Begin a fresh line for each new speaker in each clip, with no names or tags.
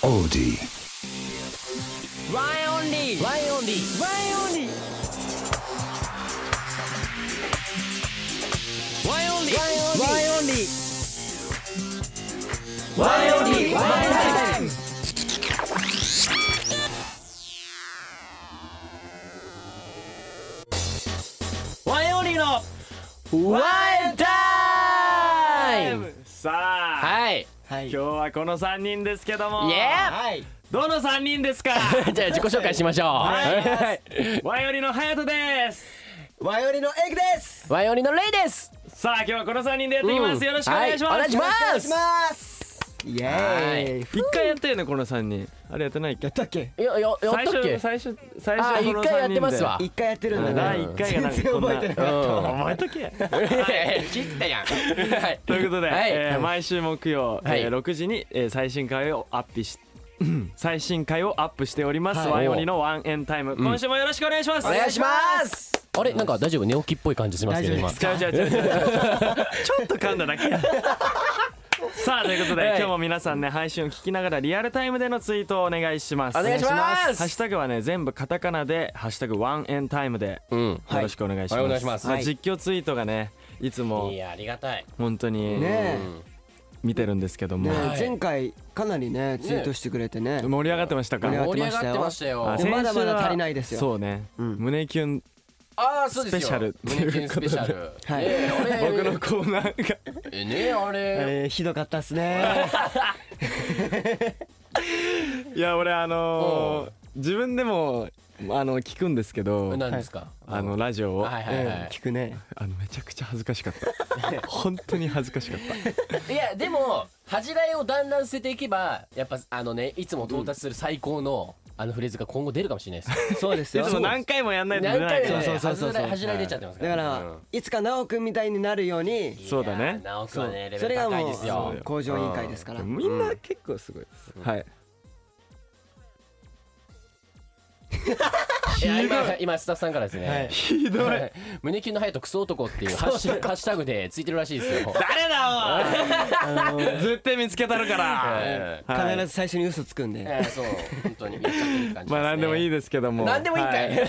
オーディ
ワンオンリーワンオンリーワンオンリーワンオンリーワンオンリーワンオンリーワンオンリーワンオンリーワンオンリーのワンタイム
さあ、
はい
はい
今日はこの三人ですけども、
イエ
はい
どの三人ですか
ーじゃあ自己紹介しましょうはい
ワイオリのハヤトです
ワイオリのエグです
ワイオリのレイです
さあ今日はこの三人でやっていきます、
うん
よろしくお願いします、
はいお願いしま
お願い
す
しますイエーイ
一回やったよねこの三人あれやってないっけ
やったっけ
いやややったっけ
最初最初最
あ
初
ー
この
一回やってますわ
三人
一回やってるん
で
だ
第
ね
一回がなんか
全然覚えてなかっ
うん
お 前とけ
切ったやん。はい。
ということで、
はい
えー毎週木曜、
はい
えー6時に、えー最新回をアッ プし最新回をアップしております、
はい
ワイオリのワンエンタイム、今週もよろしくお願いします
お
たお
願
願
い
い
し
し
ま
ますす
あれなんか大丈夫寝起きっぽい感じしますけど今
大丈夫で。す
違う違う違う違うちょっと噛んだだけやさあということで、
はい
今日も皆さんね配信を聞きながらリアルタイムでのツイートをお願いします
お願いしま
ハッシ
す。
ュタグはね全部カタカナで「ハッシュタグワンエンタイム」で
うん。
よろしくお願いします,、
はいお願いします
あ
はい
実況ツイートがねいつも
いやありがたい。
本当に
ね
見てるんですけど
え
も、
ねえ
はい
前回かなりねツイートしてくれてね
盛り上がってましたか
盛り上
盛り上がってましたよ
あ。
で
先週
ま
は
だまだ足りないですよ
そうね、胸キュン
ああそうですよ。
スペシャル
胸キュンスペシャル。
はい
ねえあれ
僕のコーナーが
えねえあれ。
えーひどかったっすね
いや俺あのー自分でもあの聞くんですけど
何ですか。
あのラジオを、
はいはいは
聞くね
あのめちゃくちゃ恥ずかしかった本当に恥ずかしかっ
い。いやでも恥じらいをだんだん捨てていけばやっぱあのねいつも到達する最高のあのフレーズが今後出るかもしれないです。
そうです
たい
よ
つも何回もやんないと出
何
な
回
いか
も
ら
ね
そうそうそうそう
恥じらい恥じらい出ちゃってますか。
だからら、いつか奈く君みたいになるように
うん
そうだ
い
ね
やー直くはねレ
そ
ベ
れ
ル
が
高い
も
ですよ
う。工場委員会ですから
みんな結構すごいです、はい
いや今今スタッフさんからですね。
はい
ひどい
はい 胸キュンのハヤトクソ男っていうハッシュハッシュタグでついてるらしいですよ。
誰だおい絶対見つけたるから、
え
はい
必ず最初に嘘つくんで、
えええそう本当に言っちゃってる感じですね。
まあ何でもいいですけども
何でもいいんかい
は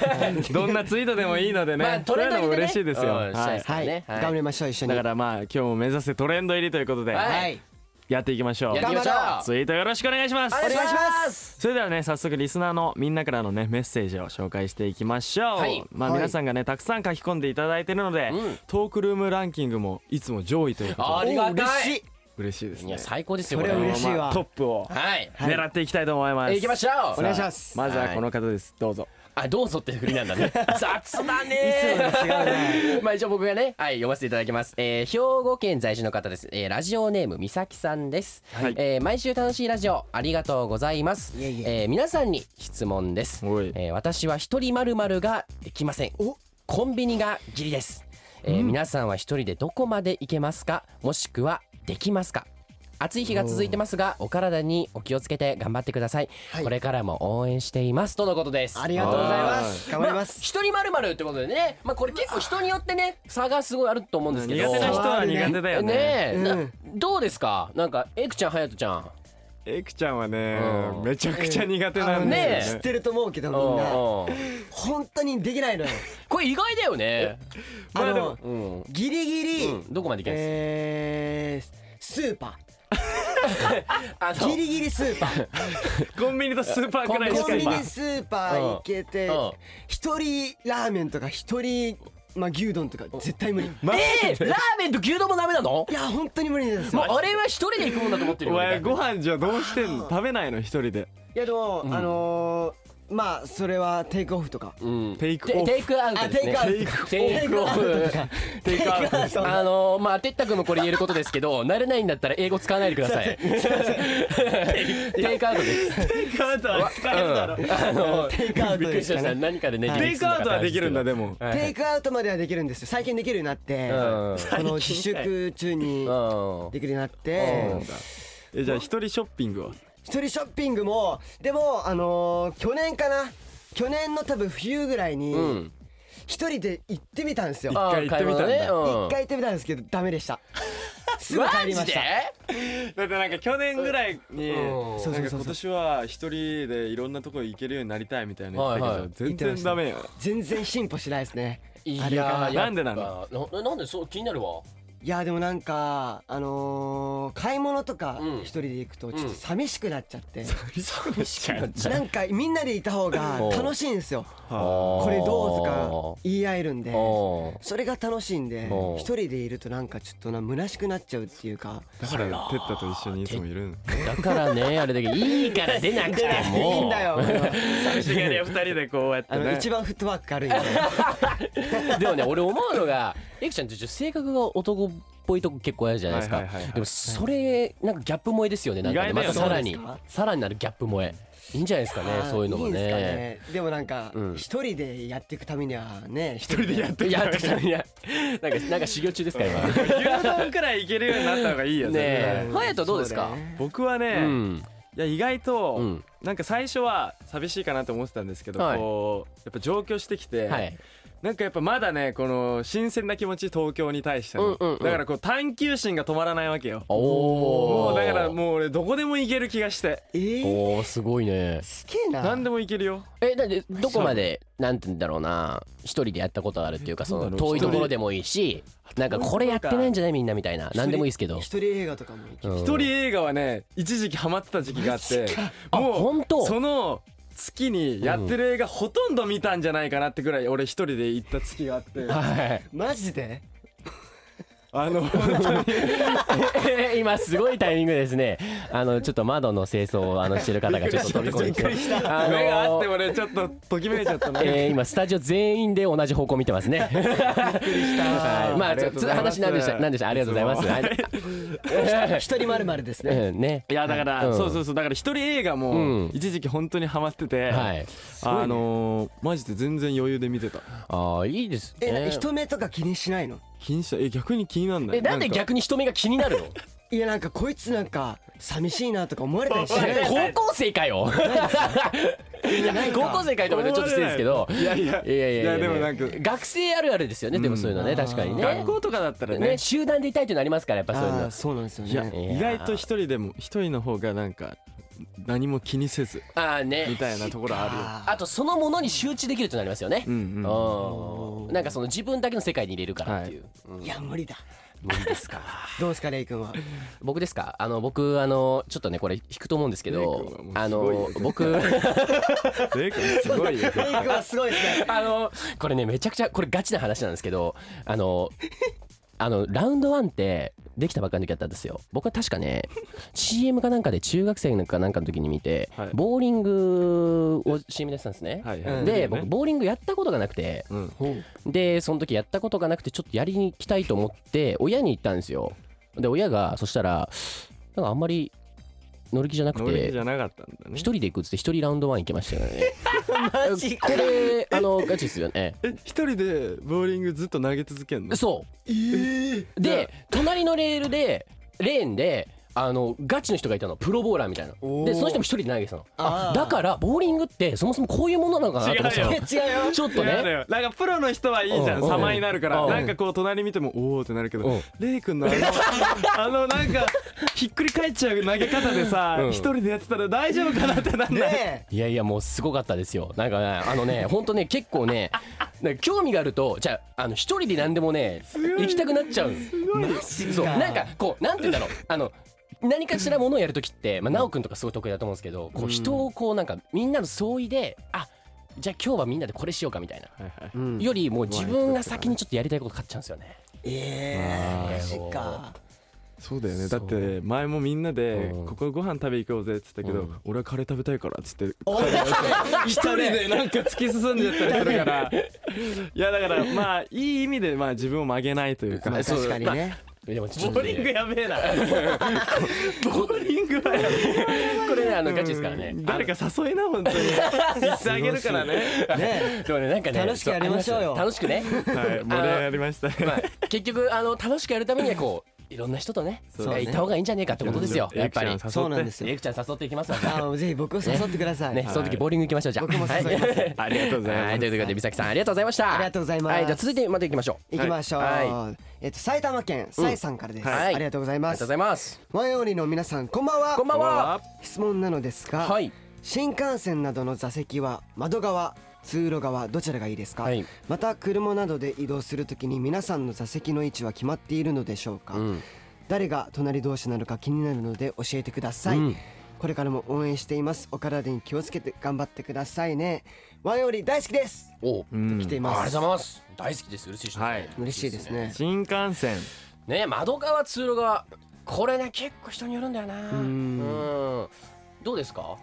どんなツイートでもいいのでね、
まあトレンド入り
そういうのも
でね
嬉しいですよ、
うんしたいです
はい、
ねはい
頑張りましょう一緒に
だからまあ今日も目指せトレンド入りということで、
はい
はい
やっていきましょう
やってみましょう。
ツイートよろしくお願いします
お願いします
それではね早速リスナーのみんなからのねメッセージを紹介していきましょう、
はい
まあ
はい
皆さんがねたくさん書き込んでいただいてるので、
うん
トークルームランキングもいつも上位というこ
あ
とで
りがたい
お嬉し
嬉しいです
い
ね
や最高ですよ。
それは
こ
嬉しいわ
トップを
はい。
い
狙っていきたいと思います、
え行きましょ
お
う。
願いします
まずはこの方ですどうぞ
あどうぞって振りなん だね。雑だ
いつも
ね。
と違うね
まあ一応僕がねはい読ませていただきます。えー兵庫県在住の方です。えーラジオネームみさきさんです。
はい
えー毎週楽しいラジオありがとうございます。
いえい
えー皆さんに質問です。
おい
えー私は一人まるまるができません
お
コンビニが義理です、えー皆さんは一人でどこまで行けますかもしくはできますか暑い日が続いてますがお体にお気をつけて頑張ってください、
はい
これからも応援していますとのことです
ありがとうございます頑張りま
あ
す、
一人まるまるってことでねまあこれ結構人によってね差がすごいあると思うんです
苦
け
手
ど
な人は苦手だよね
ねえ、な
うん
どうですかなんかエクちゃんハヤトちゃん
エクちゃんはね
うん
めちゃくちゃ苦手なん
あの
ね
で
え
す
知
よ
っ
ね
てると思うけどみんな
うんうん
本当にできないのよ
これ意外だよね
あ
まあで
の
も
うん
ギリギリ、
どこまで行けます
えー、スーパ
あ
ー
の
ギリギリスーパ ー
コンビニとスーパーくらいし
コ
か
ンビ
今
ニスーパー行けて
うん
一人ラーメンとか一人、まあ、牛丼とか絶対無理い
えー、ラーメンと牛丼もダメなの
や本当に無理です
もう
よ
あれは一人で行くもんだと思ってる
お
よ
前
俺
ご飯じゃどうしてんの食べないの一人で
いやでも、あのー、まあそれはテイクオフとか
うん
テイクオフ
テテイクアウト
あ
です
テイクアウ
ね
トとか
テイクオフ
とか
テイクアウトです
テイクアウ
あのー、まあてったくんもこれ言えることですけど慣れないんだったら英語使わないでください テイクアウトです
テイクアウトは使えるだろ
あの
テイクアウ
び
ト
っくり
で
し
すか
ま した
ね
何かでね
テイクアウトはできるんだでも
も
テイクアウトまではできるんですよ最近できるようになって、
うん
この自粛中に
うん
できるようになって、
うん
えじゃあ一人ショッピングは
一人ショッピングもでもあのー去年かな去年の多分冬ぐらいに
うん
一人で行ってみたんですよ、
一回行ってみたんだ
あー買い物ねうん
一回行ってみたんですけどダメでしたすぐ帰りました
マジで
だってなんか去年ぐらいに、
うん
そう
な
そう
んか
そうそ
今
う
年は一人でいろんなとこ行けるようになりたいみたいな言って
はいは
た
い
けど全然ダメよ
全然進歩しないですね
い
あれが
や
なんでなの
のななんでそう気になるわ
いやでもなんかあのー買い物とか
うん
一人で行くとちょっ
うん
と寂しくなっちゃ って、
寂しくなっちゃ
な
うん
かみんなでいた方が楽しいんですよ
は
これどうとか言い合えるんで
おー
それが楽しいんで
おう
一人でいるとなんかちょっとな虚しくなっちゃうっていうか
あだからテッタと一緒にいつもいるの
だから ねあれだけどいいから出なくて も
いいん だよ
寂しがり屋二人でこうやって
あの一番フットワーク軽いんで
でもね俺思うのがエクちゃんって性格が男っぽいとこ結構あるじゃないです
は
か
いはいはいはい
でもそれなんかギャップ萌えですよねなんかね
意
ま
外
た
だよ
さら
ね
そう
に
ですか
さらになるギャップ萌えいいんじゃないですかね
あー
そういうのも
んですか
ね
でもなんか
うん
一人でやっていくためにはね一
人でやっていく
やってきたいやなんかなんか修行中ですか 今ね
牛丼くらい行けるようになった方がいいよ
え
ね
ハヤトどうですか
僕は
う
ね、
ん
いや意外と、
うん
なんか最初は寂しいかなと思ってたんですけど、
はい
こうやっぱ上京してきて、
はい
なんかやっぱまだねこの新鮮な気持ち東京に対して
う
の、
んうんうん
だからこう探求心が止まらないわけよ
お
も
お
うだからもう俺どこでも行ける気がして
えー、
おおすごいね
すげえな
何でも行けるよ
えなんでどこまでなんて言うんだろうな一人でやったことあるっていうかその
ど
遠
う
い
だ
と
ろう
ころでもいいしなんかこれやってないんじゃないみんなみたいな何でもいいですけど
一人一人映画とかも行ける
一
一人映画はね一時期ハマってた時期があっても
あ
う
本当
その月にやってる映画ほとんど見たんじゃないかなってぐらい俺一人で行った月があって
はい
マジで
あの本当に
えー今すごいタイミングですね。あのちょっと窓の清掃をあのしてる方がちょっと飛び込んできて、あの
目があって俺ちょっとときめいち ゃったね
えー今スタジオ全員で同じ方向見てますね。はい、まあ
あり
ち
が
ょ
とうご
つ
ざいま
話
す
なんでしたなんでしたありがとうございます。はい
一人まるまるですね
うん ね。
いやだから、
うん
そうそうそうだから一人映画
う
も
ん
一時期本当にハマってて、
はい。
あのー、マジで全然余裕で 見てた
ああいいです
え、
ね。
人目とか気にしないの
気にしたえ逆に気になんない
えなんで逆に人目が気になるの？
いやなんかこいつなんか寂しいなとか思われたりし ないですか
高校生かよ。 高校生かよと思ってちょっと失礼ですけど。
いやいや
いやいやいやいや
でもなんか
学生あるあるですよね。でもそういうのね
うん
確かにね。
学校とかだったらね
ね集団でいたいっていうのありますからやっぱそういう
あ
の
ー。そうなんですよ
いや
ね
ー
意外と一人でも一人の方がなんか何も気にせず
ああね。
みたいなところあるよ
あとそのものに集中できるとなりますよね。
うんうん
うんなんかその自分だけの世界に入れるからっていう。
いや無理だ
無理ですか。
どうですかレイ君は
僕ですか。あの僕あのちょっとねこれ引くと思うんですけ
メイクは
ど
も、う
あ
すごいよ
の僕
レイ君す ごいよ
レイ君はすごいですね
あのこれねめちゃくちゃこれガチな話なんですけど、あのあのラウンドワンってできたばっかりの時だったんですよ。僕は確かね CM かなんかで中学生かなんかの時に見て、
はい
ボーリングを CM でやってたんですね。
はい
うん
で、
ね
僕ボーリングやったことがなくて。
うん
でその時やったことがなくてちょっとやりに行きたいと思って親に行ったんですよで親がそしたらなんかあんまり乗り気じゃなく
乗り気じ
て
ゃなかったんだね
一人で行くっつって一人ラウンドワン行きました よね
マジ
これあのガチですよね
え一人でボーリングずっと投げ続けんの
そうで隣のレールでレーンであのガチの人がいたのプロボーラーみたいな
おー
でその人も一人で投げてたの
あー
だからボーリングってそもそもこういうものなのかなと思ってたの
違
え違う よ
ちょっと
違うの
ね
よなんかプロの人はいいじゃ
うん
ん
うん
様になるか
う
ら
ん
なんかこう隣見てもおおってなるけ
う
ど
ん
レイ君のあのあ のなんかひっくり返っちゃう投げ方でさ
うん
一人でやってたら大丈夫かなってなんない
ね
いやいやもうすごかったですよなんかねあ のね本当ね結構ねなんか興味があるとじゃああの一人で何でもね行きたくなっちゃう
マジか
そうなんかこうなんて言うんだろうあの何かしらものをやるときって、まあ、直くんとかすごい得意だと思うんですけどこう人をこうなんかみんなの相違であじゃあ今日はみんなでこれしようかみたいな、
うん
よりもう自分が先にちょっとやりたいこと勝っちゃうんですよね。
えー
あ
マ
ー
ジか
そうだよねだって前もみんなで
うん
ここご飯食べ行こうぜっつったけ
う
ど
ん
俺はカレー食べたいからっつって
おい
一人でなんか突き進んじゃったりするからいやだからまあいい意味でまあ自分を曲げないというか
まあ確かにね
でもちょ
ボ
っと
ー
ね
リングやべえなボーリングはやべえ
これねあのガチですからね。
誰か誘いな本当に言ってあげるからね
ね
でもねなんかね
楽しくやりましょうよ
そあります楽しくね。
はい盛り上がりましたね
まあ、結局あの楽しくやるためにはこう いろんな人とね
そう
行った方がいいんじゃねえかってことですよやっぱり
エクちゃん誘って
そうなんですよ
エクちゃん誘っていきますわ
あーぜひ僕を誘ってください、
ね、その時ボーリング行きましょうじゃあ
僕も誘います
はい
ありがとうございます
はいということで美咲さんありがとうございました
ありがとうございます
はいじゃあ続いてまた行きましょう
行きましょう、
は
えっと埼玉県さいさんからです、
はい
ありがとうござい
あり
ま
がとう
す
ございます
ワイオリの皆さんこんばんは
こんばんは
質問なのですが、
はい
新幹線などの座席は窓側通路側どちらがいいですか、
はい
また車などで移動するときに皆さんの座席の位置は決まっているのでしょうか、
うん
誰が隣同士なのか気になるので教えてください、
うん
これからも応援していますお体に気をつけて頑張ってくださいねワイオリ大好きです
おう
うん
来てい
ありが
ま
とうご
す、
ざいます大好きです嬉しいですね
はい
嬉しいですね
新幹線
ね窓側通路側これね結構人によるんだよなうんどうですか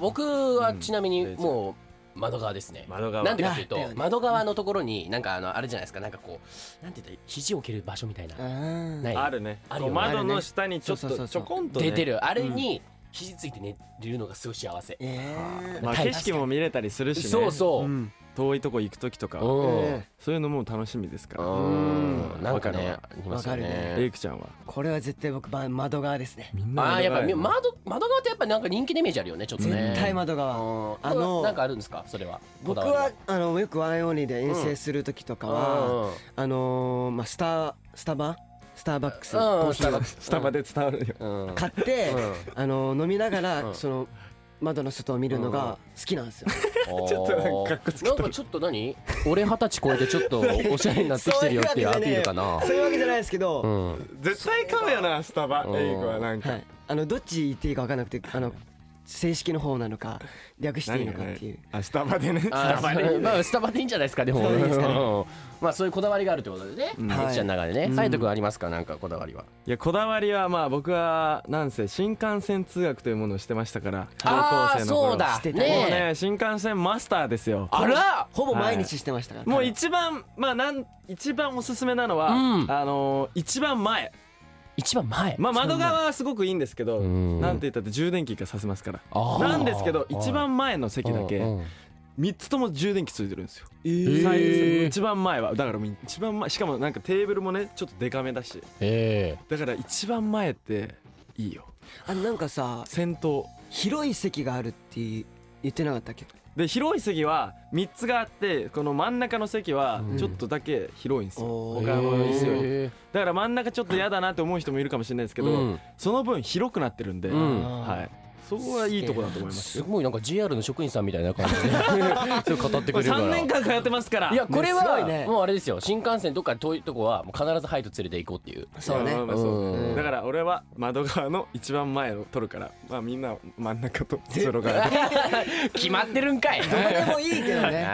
僕はちなみにもう窓側ですね
窓側
なんでかっていうと
だよね
窓側のところになんかあのあれじゃないですかなんかこうなんて言ったら肘を置ける場所みたいな
あ
ない
あるね
あるよ
こう
あるね
窓の下にちょっ
そうそうそ
と
う
ちょこんとね
出てるあれに肘ついて寝れるのがすごい幸せ
え
まあ景色も見れたりするしね
そう
ー
そううん
遠いとこ行く時とか
うん
そういうのも楽しみですから
うんなんかね
わ
ありますよ
わかる
エ
ね
イクちゃんは
これは絶対僕ば窓側ですね
みん
あーやっぱ
窓
窓
側
窓側ってやっぱなんか人気のイメージあるよねちょっとね
絶対窓側、
あ
あ
の
の
なんかあるんですかそれは
僕
こだわ
はあのよくワンオンリーで遠征する時とか
りは
は、
うん
あのーまあ、スタスタバスターバックス
うん
コーヒーを
スタバで伝わるよ
うん
買って、
うん
あのー飲みながら、
うん
その窓の外を見るの
うん
が好きなんですよ。
ち
ょっとなんかかっこつけ
なん
とる
かちょっと何俺二十歳超えてちょっとおしゃれになってきてるよっていうアピール かな
そういうわけじゃないですけど、
うん
絶対買うよなスタバ
うん
エイクはなん
は
か
い、あのどっち言っていいか分かんなくてあの正式の方なのか略していいのかっていう。
あスタバでねス
あ
タバで
ーまあスタバでいいんじゃないですかでも
スタバでいいですかね
うんまあそういうこだわりがあるってことでね
うん
エイクちゃんの中で
う
ね
ん
サイト君ありますかなんかこだわりはい
やこだわりはまあ僕はなんせ新幹線通学というものをしてましたから高
あ
校
あー
生の頃
そうだ
してた
もう
ねえ
ね新幹線マスターですよ
あら
ほぼ毎日してましたから。
もう一番まあなん一番おすすめなのは、
うん
あのー一番前
一番前
まあ窓側はすごくいいんですけど
うん
なんて言ったって充電器がさせますから
あー
なんですけど
はい
一番前の席だけ
うんうん
3つとも充電器ついてるんですよ、
え
最
ー
一番前はだからもう一番前しかもなんかテーブルもねちょっとデカめだし
え
だから一番前っていいよ
あなんかさ
先頭
広い席があるって言ってなかったっけ
で広い席は3つがあってこの真ん中の席は
うん
ちょっとだけ広いんですよ、
おー
え
他の椅子より
え
だから真ん中ちょっと嫌だなって思う人もいるかもしれないですけど、
うん
その分広くなってるんで、
うん
はい、そこはいいとこだと思います
す
よ。
ごいなんか JR の職員さんみたいな感じ でそう語ってくれるから
3年間通ってますから
いやこれ
すご
はい
ね
もうあれですよ新幹線どっか遠いとこはもう必ずハイと連れて行こうっていう
そうね
まあまあまあそう
うん
だから俺は窓側の一番前を取るから、まあ、みんな真ん中と通路側で
決まってるん かい
どこでもいいけどね。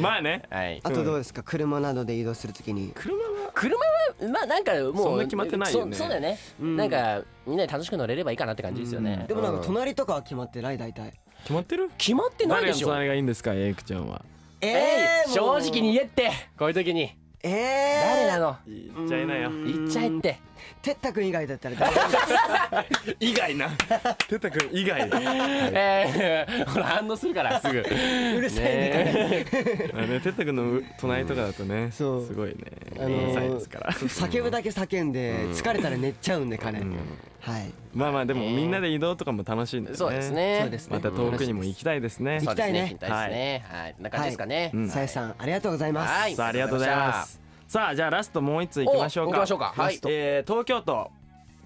まあね
はい
あとどうですか車などで移動するときに
車は
車はまあなんかもう
そんな決まってないよね
そそうだよねなんかみんなで楽しく乗れればいいかなって感じですよね
でもなん
う
か隣とかは決まってない大体
決まってる
決まってない
誰
で
の
しょ
隣がいいんですかエイクちゃんは
え
ー
い
もう
正直に言えってこういう時に
え
誰な
ー
の
言っちゃいなよ
うん
言っちゃえって
てったくん以外だったら誰なの
以外なてたくん以 外
えー ほら反応するからすぐ うるさいね
あねてたくんの隣とかだとねす
そう
ごいねう
あのー
るさいですから
そう叫ぶだけ叫んで疲れたら寝ちゃうんで彼はい
まあまあでもみんなで移動とかも楽しいんですね
そうですね
そうですね
また遠くにも行きたいですね
行きたいね
そうです行きたいですねはいこんな感じですかね
うん
さえさんありがとうございます
はい
さあありがとうございますさあじゃあラストもう一ついきましょう
お
か
行きましょうかはい
えー東京都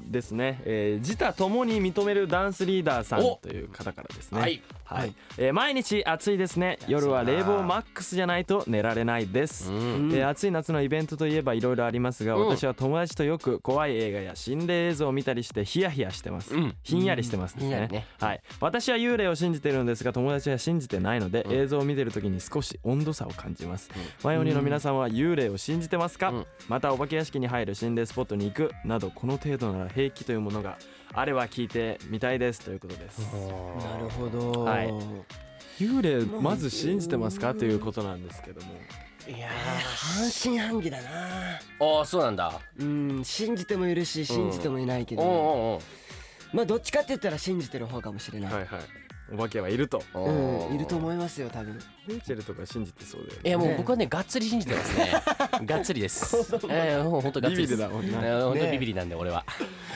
ですね、えー、自他ともに認めるダンスリーダーさん
お
という方からですね
はい
はいえー毎日暑いですね夜は冷房マックスじゃないと寝られないです、
うん
えー暑い夏のイベントといえばいろいろありますが、
うん
私は友達とよく怖い映画や心霊映像を見たりしてヒヤヒヤしてます、
うん
ひんやりしてますです
ひんや
ね
りね
はい、私は幽霊を信じてるんですが友達は信じてないので、映像を見てる時に少し温度差を感じます、マヨニーの皆さんは幽霊を信じてますか、
うん
またお化け屋敷に入る心霊スポットに行くなどこの程度なら平気というものがあれば聞いてみたいですということです、
なるほど
はい幽霊まず信じてますかということなんですけども
いや
半信半疑だな
ーああそうなんだ
うん信じてもいるし信じてもいないけ
おう
ど
おう
まあどっちかって言ったら信じてる方かもしれない
はいお化けはいると
おう
う
お
んいると
う
思いますよ多分
レイチェルとか信じてそうだよ
い
ね
やもう僕はねがっつり信じてますねがっつりです。 ええもう本当がっつりです。
ビビリだもんな
ええ本当
ね
ビビリなんで俺は。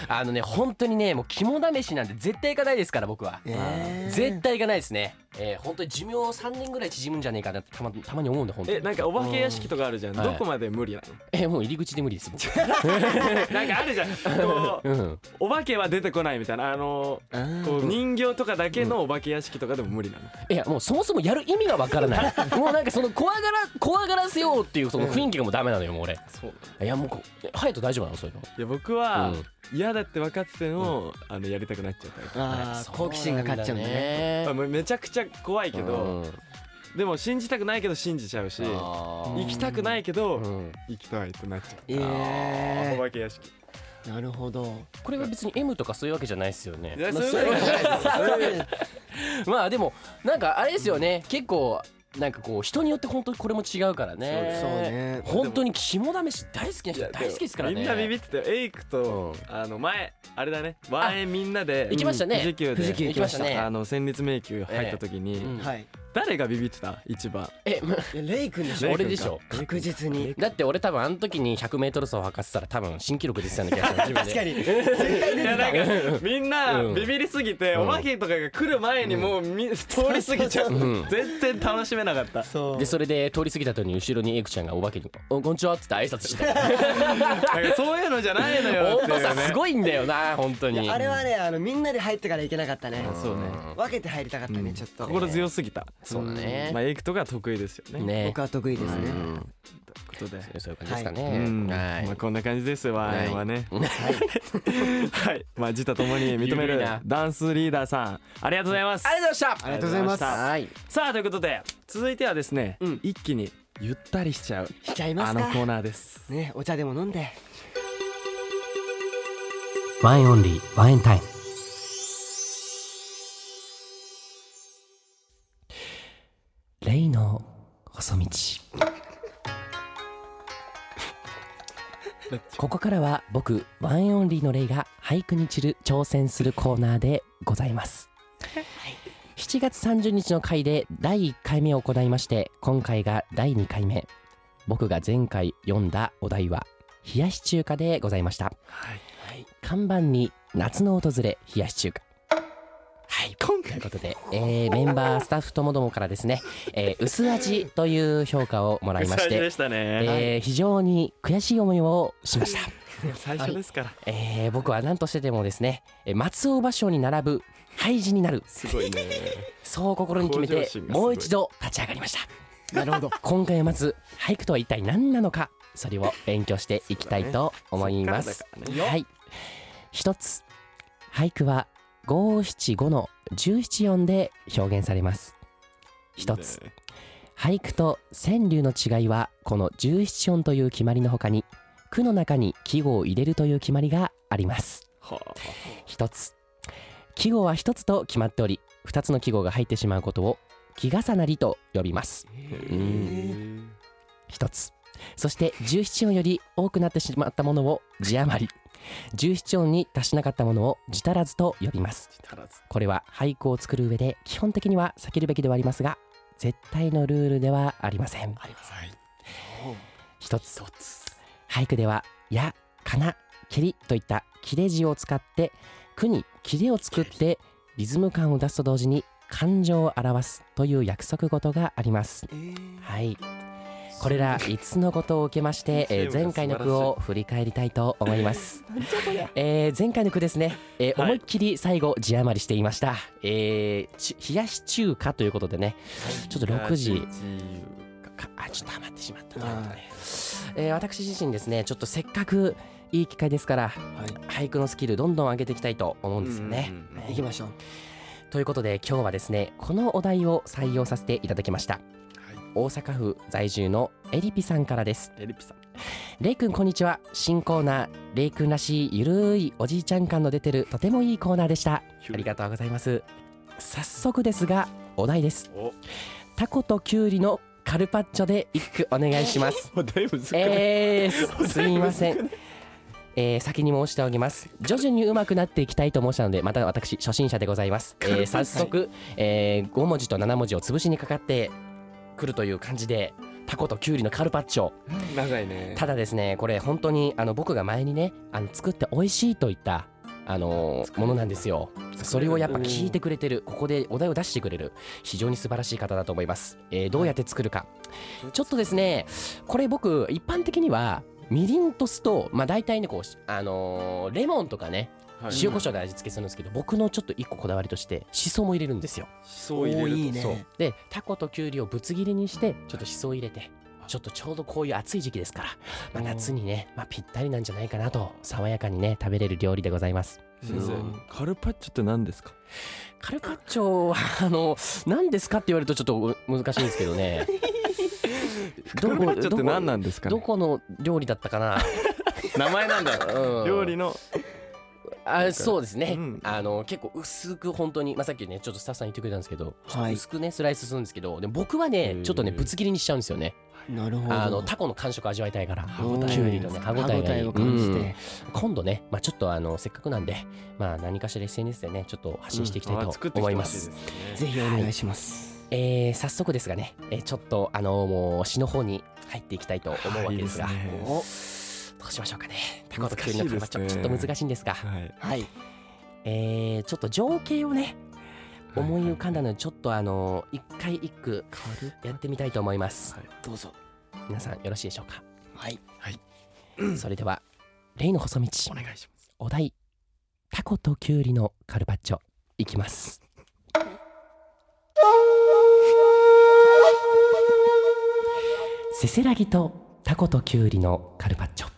あのね本当にねもう肝試しなんて絶対行かないですから僕は。
えー
絶対行かないですね。ええ本当に寿命3年ぐらい縮むんじゃねえかなってたまたまに思うんで本当に。
えなんかお化け屋敷とかあるじゃん、
はい
どこまで無理な
ええもう入り口で無理です僕。
の なんかあるじゃんこう
うん。
お化けは出てこないみたいなあのこう人形とかだけのお化け屋敷とかでも無理なの、
いやもうそもそもやる意味がわから ない。もうなんかその怖がら怖がらせようっていうその雰囲気がもうダメなのよもう俺。
そう
いやもうこうえハヤト大丈夫なのそういうの。
いや僕は
うん
嫌だって分かってても、あのやりたくなっちゃうタイプ
あー好奇心が勝っちゃうんだね
まあ
ね。
めめちゃくちゃ怖いけど、でも信じたくないけど信じちゃうし行
行
きたくないけど、
うん
行きたいとなっちゃ
え
う、
ー
お化け屋敷
なるほど
これは別に M とかそういうわけじゃないですよね
い。や
ま
そ
あ
う
そ
いうの
ういうことじゃないですよそういうの
まあでもなんかあれですよね、結構なんかこう人によって本当にこれも違うからね。
そうね
本当に肝試し大好きな人は大好きですからね。
みんなビビってたよエイクと、あの前あれだねワンエンみんなで
行きましたね
富士急で
富士急
行きましたね
あの戦慄迷宮入った時に、
うん
はい
誰がビビってた一番
え、む
いやレイ君でしょ
俺でしょ。
確実に
だって俺多分あの時に 100m 走を測ってたら多分新記録出てたような気がする自分で
確かに絶対出
い
て
や
た
なんか みんな
うん
ビビりすぎて、
うん
お化けとかが来る前にもうみ、通り過ぎちゃう、
そうそうそう
全然楽しめなか った
そう
でそれで通り過ぎた後に後ろにエイクちゃんがお化けに「おこんにちは」っつって挨拶してた
なんかそういうのじゃないのよ
温
ってい
度
う
差
ね
すごいんだよな本当に
あれはねあのみんなで入ってからいけなかったね
そうね
分けて入りたかったねちょっと
心強すぎた、
そうだね
まあエイクとか得意ですよね
ね
僕は得意ですね
ということで
そういう感じですかね、
うん
はい
まあ、こんな感じですよワンエンはね
はい
はい、まあ自他ともに認め
緩い
る
な
ダンスリーダーさんありがとうございます
ありがとうございました。
ありがとうございます
はい。
さあということで続いてはですね、
うん
一気にゆったりしちゃう
しちゃいま
あ
す
のコー
か
ナーです
ねお茶でも飲んで
ワインオンリー、ワインタイム。レイの細道。ここからは僕ワンエンオンリーのレイが俳句に散る挑戦するコーナーでございます。7月30日の回で第1回目を行いまして今回が第2回目僕が前回読んだお題は「冷やし中華」でございました
はい
看板に夏の訪れ冷やし中華はい
今
とい
回
うことで、えーメンバースタッフともどもからですね、えー薄味という評価をもらいまし
最初
て
で、したね、
えー非常に悔しい思いをしました、
最初ですから、
えー僕は何としてでもですねえー松尾芭蕉に並ぶ廃寺になる
すごいね
そう心に決め
向上
て
心がすごい
もう一度立ち上がりました
なるほど
今回はまず俳句とは一体何なのかそれを勉強していきたいと思います
そ、っからだから
はい一つ俳句は五七五の十七音で表現されます一つ
いいね
俳句と川柳の違いはこの十七音という決まりのほかに句の中に季語を入れるという決まりがあります
はあ
一つ季語は一つと決まっており二つの季語が入ってしまうことを季重なりと呼びます
うん
一つそして十七音より多くなってしまったものを字余り十七音に達しなかったものを字足らずと呼びます
足らず
これは俳句を作る上で基本的には避けるべきではありますが絶対のルールではありません
はい
一つ
一つ
俳句では「や」「かな」「けり」といった切れ字を使って句に切れを作ってリズム感を出すと同時に感情を表すという約束事がありますはいこれら5つのことを受けまして、えー
CM
前
が
回の句を振り返りたいと思い ます、えー前回の句ですね、えー
はい
思いっきり最後字余りしていました、えーち冷やし中華ということでねちょっと6時かあちょっと余ってしまったな
あー
本当ねえー私自身ですねちょっとせっかくいい機会ですから、俳句のスキルどんどん上げていきたいと思うんですよね
うんうんうん
ね
行きましょう
ということで今日はですねこのお題を採用させていただきました、大阪府在住のエリピさんからです
エリピさん
レイくんこんにちは新コーナーレイくんらしいゆるいおじいちゃん感の出てるとてもいいコーナーでしたありがとうございます早速ですがお題です
お
タコとキュウリのカルパッチョで一句お願いします
もうだいぶ少ない
えー、すすみません。 えー、先に申しておきます徐々に上手くなっていきたいと申したのでまた私初心者でございます、えー、早速、えー、5文字と7文字を潰しにかかってくるという感じでタコとキュウリのカルパッチョ
長いね
ただですねこれ本当にあの僕が前にねあの作って美味しいと言ったあのものなんですよそれをやっぱ聞いてくれてるここでお題を出してくれる非常に素晴らしい方だと思います、えーどうやって作るか、ちょっとですねこれ僕一般的にはみりんと酢と、まあ、大体ねこうし、あのーレモンとかね
はい
塩コショウで味付けするんですけど、僕のちょっと一個こだわりとしてしそも入れるんですよ
そう
おーいい
そう
ね
でタコとキュウリをぶつ切りにしてちょっとしそを入れてちょっとちょうどこういう暑い時期ですから、まあ、夏にね、まあ、ぴったりなんじゃないかなと爽やかにね食べれる料理でございます
先
うん
生カルパッチョって何ですか
カルパッチョはあの何ですかって言われるとちょっと難しいんですけどね
カルパッチョって
ど
何
こ
なんですか
ど
ね
この料理だったかな、
名前なんだ
うん
料理の
あそうですね、
うん
あの結構薄く本当にまあさっきねちょっとスタッフさん言ってくれたんですけど、
はい
薄くねスライスするんですけどでも僕は
へ
ね
ー
ちょっとねぶつ切りにしちゃうんですよね
なるほど
あのタコの感触味わいたいから
応えが
きゅうりのね歯応
歯
え
応
がいい
えを感じ
うん
て
今度ね、まあ、ちょっとあのせっかくなんで、まあ、何かしら SNS でねちょっと発信していきたいと思います、
ぜひお願いします
えー早速ですがね、えーちょっとあのもう詩の方に入っていきたいと思うわけですが
はいいいですね
おどうしましょうかねタコとキュウリのカルパッチョ、
難
ちょっ
しいですね
と難しいんですが、
はい
はい
えーちょっと情景をね
はい
思い浮かんだのでちょっとあの一回一句
軽
やってみたいと思います、
どうぞ
皆さんよろしいでしょうか
はい
それではレイの細道
お願いします
お題タコとキュウリのカルパッチョいきますせせらぎとタコとキュウリのカルパッチョ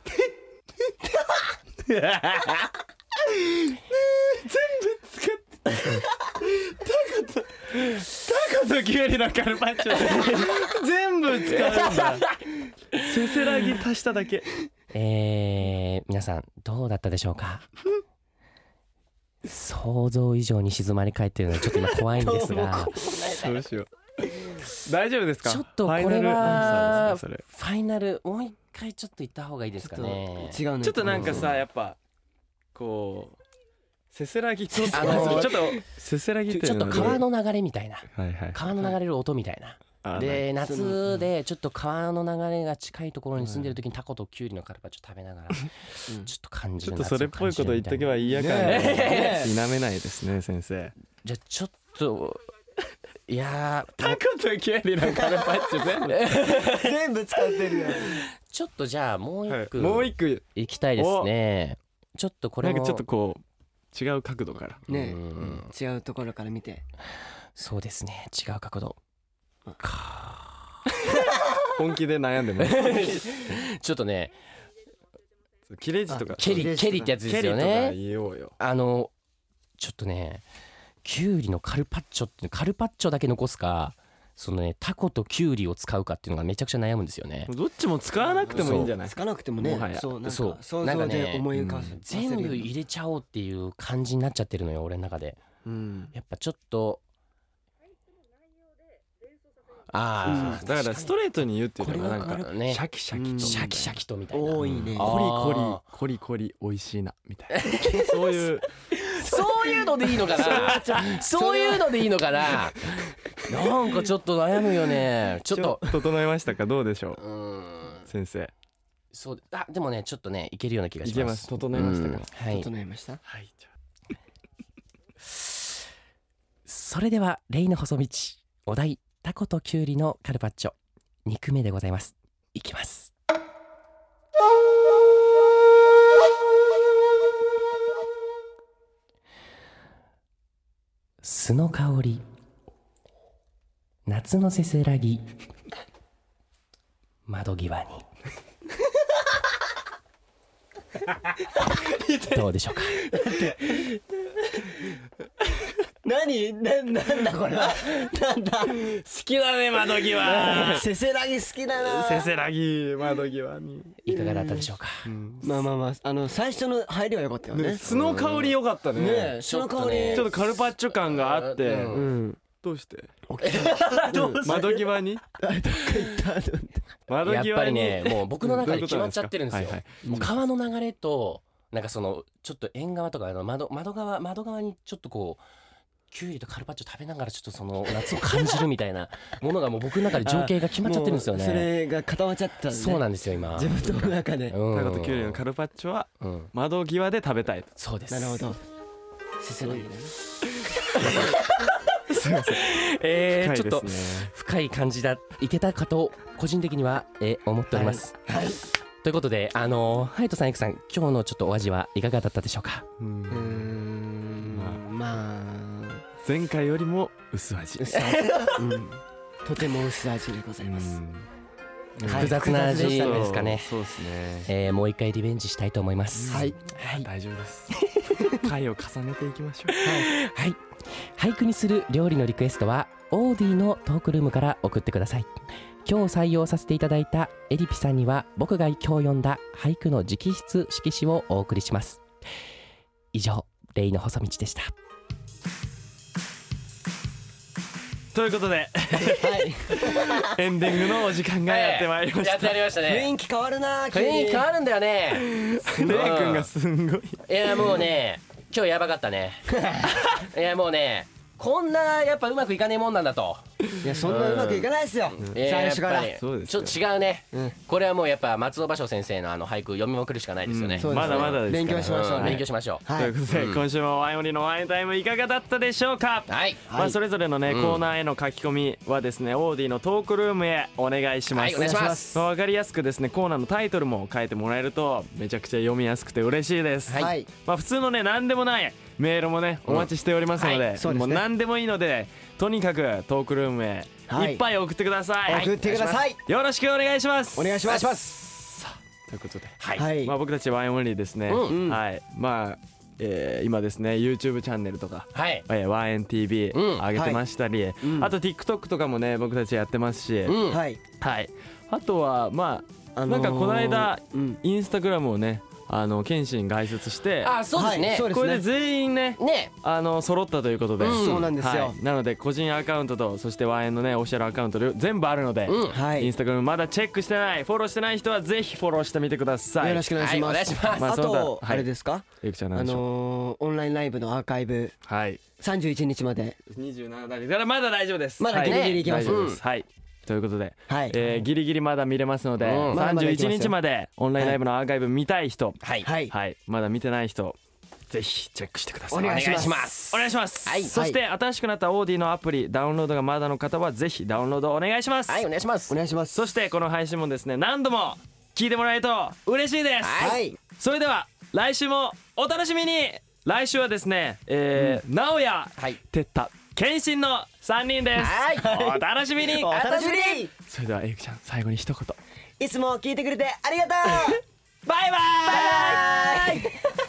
タコとキュウリのカルパッチョ
全部使うんだ せせらぎ足しただけ
えー、皆さんどうだったでしょうか想像以上に静まり返ってるのでちょっと今怖いんで すが
どうしよう大丈夫ですか
ちょっとこ
ファ
れ
イナルア
は
ンサ
フ
ーです
ァイナルもう一回ちょっと言った方がいいですかね
違うね
ちょっとなんかさやっぱこうせせらぎと
あの
ちょっと
せせらぎ
ちょっと川の流れみたいな
はいはい
川の流れる音みたいな
あ
で夏でちょっと川の流れが近いところに住んでる時にタコとキュウリのカルパッチョ食べながらちょっと感じ
ち
る
ょっと
夏
そ
を
れっぽいこと言っとけば
感
いいやか
ねえ
否めないですね先
じる
生
みたいなじゃあちょっといやー
タコとキュウリのカルパッチョ全部
全部使ってるよ
ちょっとじゃあもう一句
もう一句
いきたいですねちょっとこれ
なん
も
かちょっとこう違う角度から
うん
ね違うところから見て
そうですね違う角度
本気で悩んでます
ちょっとね
切れ字とか
ケリケリってやつですよ
ケリとか
ね
言おうよ
あのちょっとねキュウリのカルパッチョってカルパッチョだけ残すかそのねタコとキュウリを使うかっていうのがめちゃくちゃ悩むんですよね
どっちも使わなくてもいいんじゃない
つかなくてもね
もはや
そうなんか
そう
想像で思い浮かばせ
全部入れちゃおうっていう感じになっちゃってるのよ俺の中で
うん
やっぱちょっとああ、
だからストレートに言うっていうの
こ
が
れわか
なん
る
か
ね
シャキシャキ
うん
と
シャキシャキとみたいな
多いね
あ
コリ
ー
コリコリコリ美味しいなみたいなそういう
そういうのでいいのか なそういうのでいいのかななんかちょっと悩むよねちょっと
整えましたかどうでしょ
うーん
う先生
そうであでもねちょっとねいけるような気が
い
し
け
ま
ます
す
整えましたか
うんはい
整えました
はいじゃあ
それではレイの細道お題タコとキュウリのカルパッチョ2句目でございますいきます酢の香り夏のせせらぎ窓際に どうでしょうか
何ななんだこれはなんだ
好きだね窓際
せせらぎ好きだな
せせらぎ窓際に
いかがだったでしょうか、
まあまあまああの最初の入りは良かったよね
酢の香り良かったね
ね
ち
その
ょっ
香
とね
り
ちょっとカルパッチョ感があって、
うん
うんどうして 窓際に窓
や
際に
っぱりねもう僕の中で決まっちゃってるんですよ、
どういうことなんですかはい
もう川の流れとなんかそのちょっと縁側とかあの窓窓側窓側にちょっとこうキュウリとカルパッチョ食べながらちょっとその夏を感じるみたいなものがもう僕の中で情景が決まっちゃってるんですよ
もうそ
ね
れが固まっちゃったんで
そうなんんですよ今
自分の中で
う
タコとキュウリのカルパッチョは
うん
窓際で食べたい
そうです
なるほどせせらぎだね
えー、
深い
ちょっ
で
と
すね
深い感じだいけたかと個人的には、えー思っております、
はい
ということであのー、ハヤトさんエクさん今日のちょっとお味はいかがだったでしょうか
うん
うーんまあ
前回よりも薄味
薄味、うん、とても薄味でございます、
うん
はい
複雑な味
複雑でしたね
ですかね、
そうですね
えーもう一回リベンジしたいと思います、
はい
はい
大丈夫です 回を重ねていきましょう
はい俳句にする料理のリクエストはオーディのトークルームから送ってください今日採用させていただいたエリピさんには僕が今日読んだ俳句の直筆色紙をお送りします以上レイの細道でした
ということで
はい
エンディングのお時間がやってまいり ました
りました
雰囲気変わるな急に
雰囲気変わるんだよね
レイ君がすんごい
いやもうね今日やばかった ねいやもうねこんなやっぱうまくいかねえもんなんだと
いやそんなうまくいかないですよ、
いや
最初から
やっぱり
そうです
ちょ
よ
っと違うね、
うん
これはもうやっぱ松尾芭蕉先生のあの俳句読みまくるしかないですよね、
うん
う
そ
ん
うですね
まだまだですから
勉強しましょうね、
勉強しましょう
はい
ということで、今週もワインオリのワインタイムいかがだったでしょうか、
はい
まあ、それぞれのね、コーナーへの書き込みはですねオーディのトークルームへお願いしま
は
す、
いお願いします
分かりやすくですねコーナーのタイトルも書いてもらえるとめちゃくちゃ読みやすくて嬉しいです、
はいはい
まあ、普通のね何でもないメールもねお待ちしておりますので,、
は
そうですね
もう何でもいいのでとにかくトークルームへ
はい
いっぱい送ってください、
送ってください
よろしくお願いします
お願いします
ということで
はい、
はい
まあ、僕たちワインオンリーですね、
う
はいまあ、えー今ですね YouTube チャンネルとか、
はい
えーワイン TV
うん
上げてましたり、あと TikTok とかもね僕たちやってますし、
うん
はい
はい、あとはまあ、
あのー
なんかこの間、
うん
インスタグラムをねあの謙信外出して
あそうですね、
はいそうです
これで全員ね
ね
あの揃ったということで、
うんそう
なんですよ
はいなので個人アカウントとそしてワインのねオフィシャルアカウント全部あるので、
うん
はい
インスタグラムまだチェックしてないフォローしてない人はぜひフォローしてみてください
よろしくお願いします、
はいお願いします
まあ
あ
その
と、
他はい
あれですか
ゆきちゃん
あ
何でしょう、
のー、オンラインライブのアーカイブ
はい
31日まで
27だからまだ大丈夫です
まだ
はい
ギリギリいけま
大
す、
丈夫です、はいということで、
はい
えーギリギリまだ見れますので、
うん
まだまだいけ
31
ますよ
日までオンラインライブのアーカイブ見たい人
はい
はい
はい、まだ見てない人ぜひチェックしてください
お願いします
お願いします、
はい
そして新しくなったオーディのアプリダウンロードがまだの方はぜひダウンロードお願いします、
はいお願いします
お願いします
そしてこの配信もですね何度も聞いてもらえると嬉しいです、
はい
はい
それでは来週もお楽しみに来週はですね、えー直哉、
はい
哲太謙信の3人です、
はい
お楽しみに
お楽しみに
それではエイクちゃん最後に一言
いつも聞いてくれてありがとう
バイバイ
バイバイ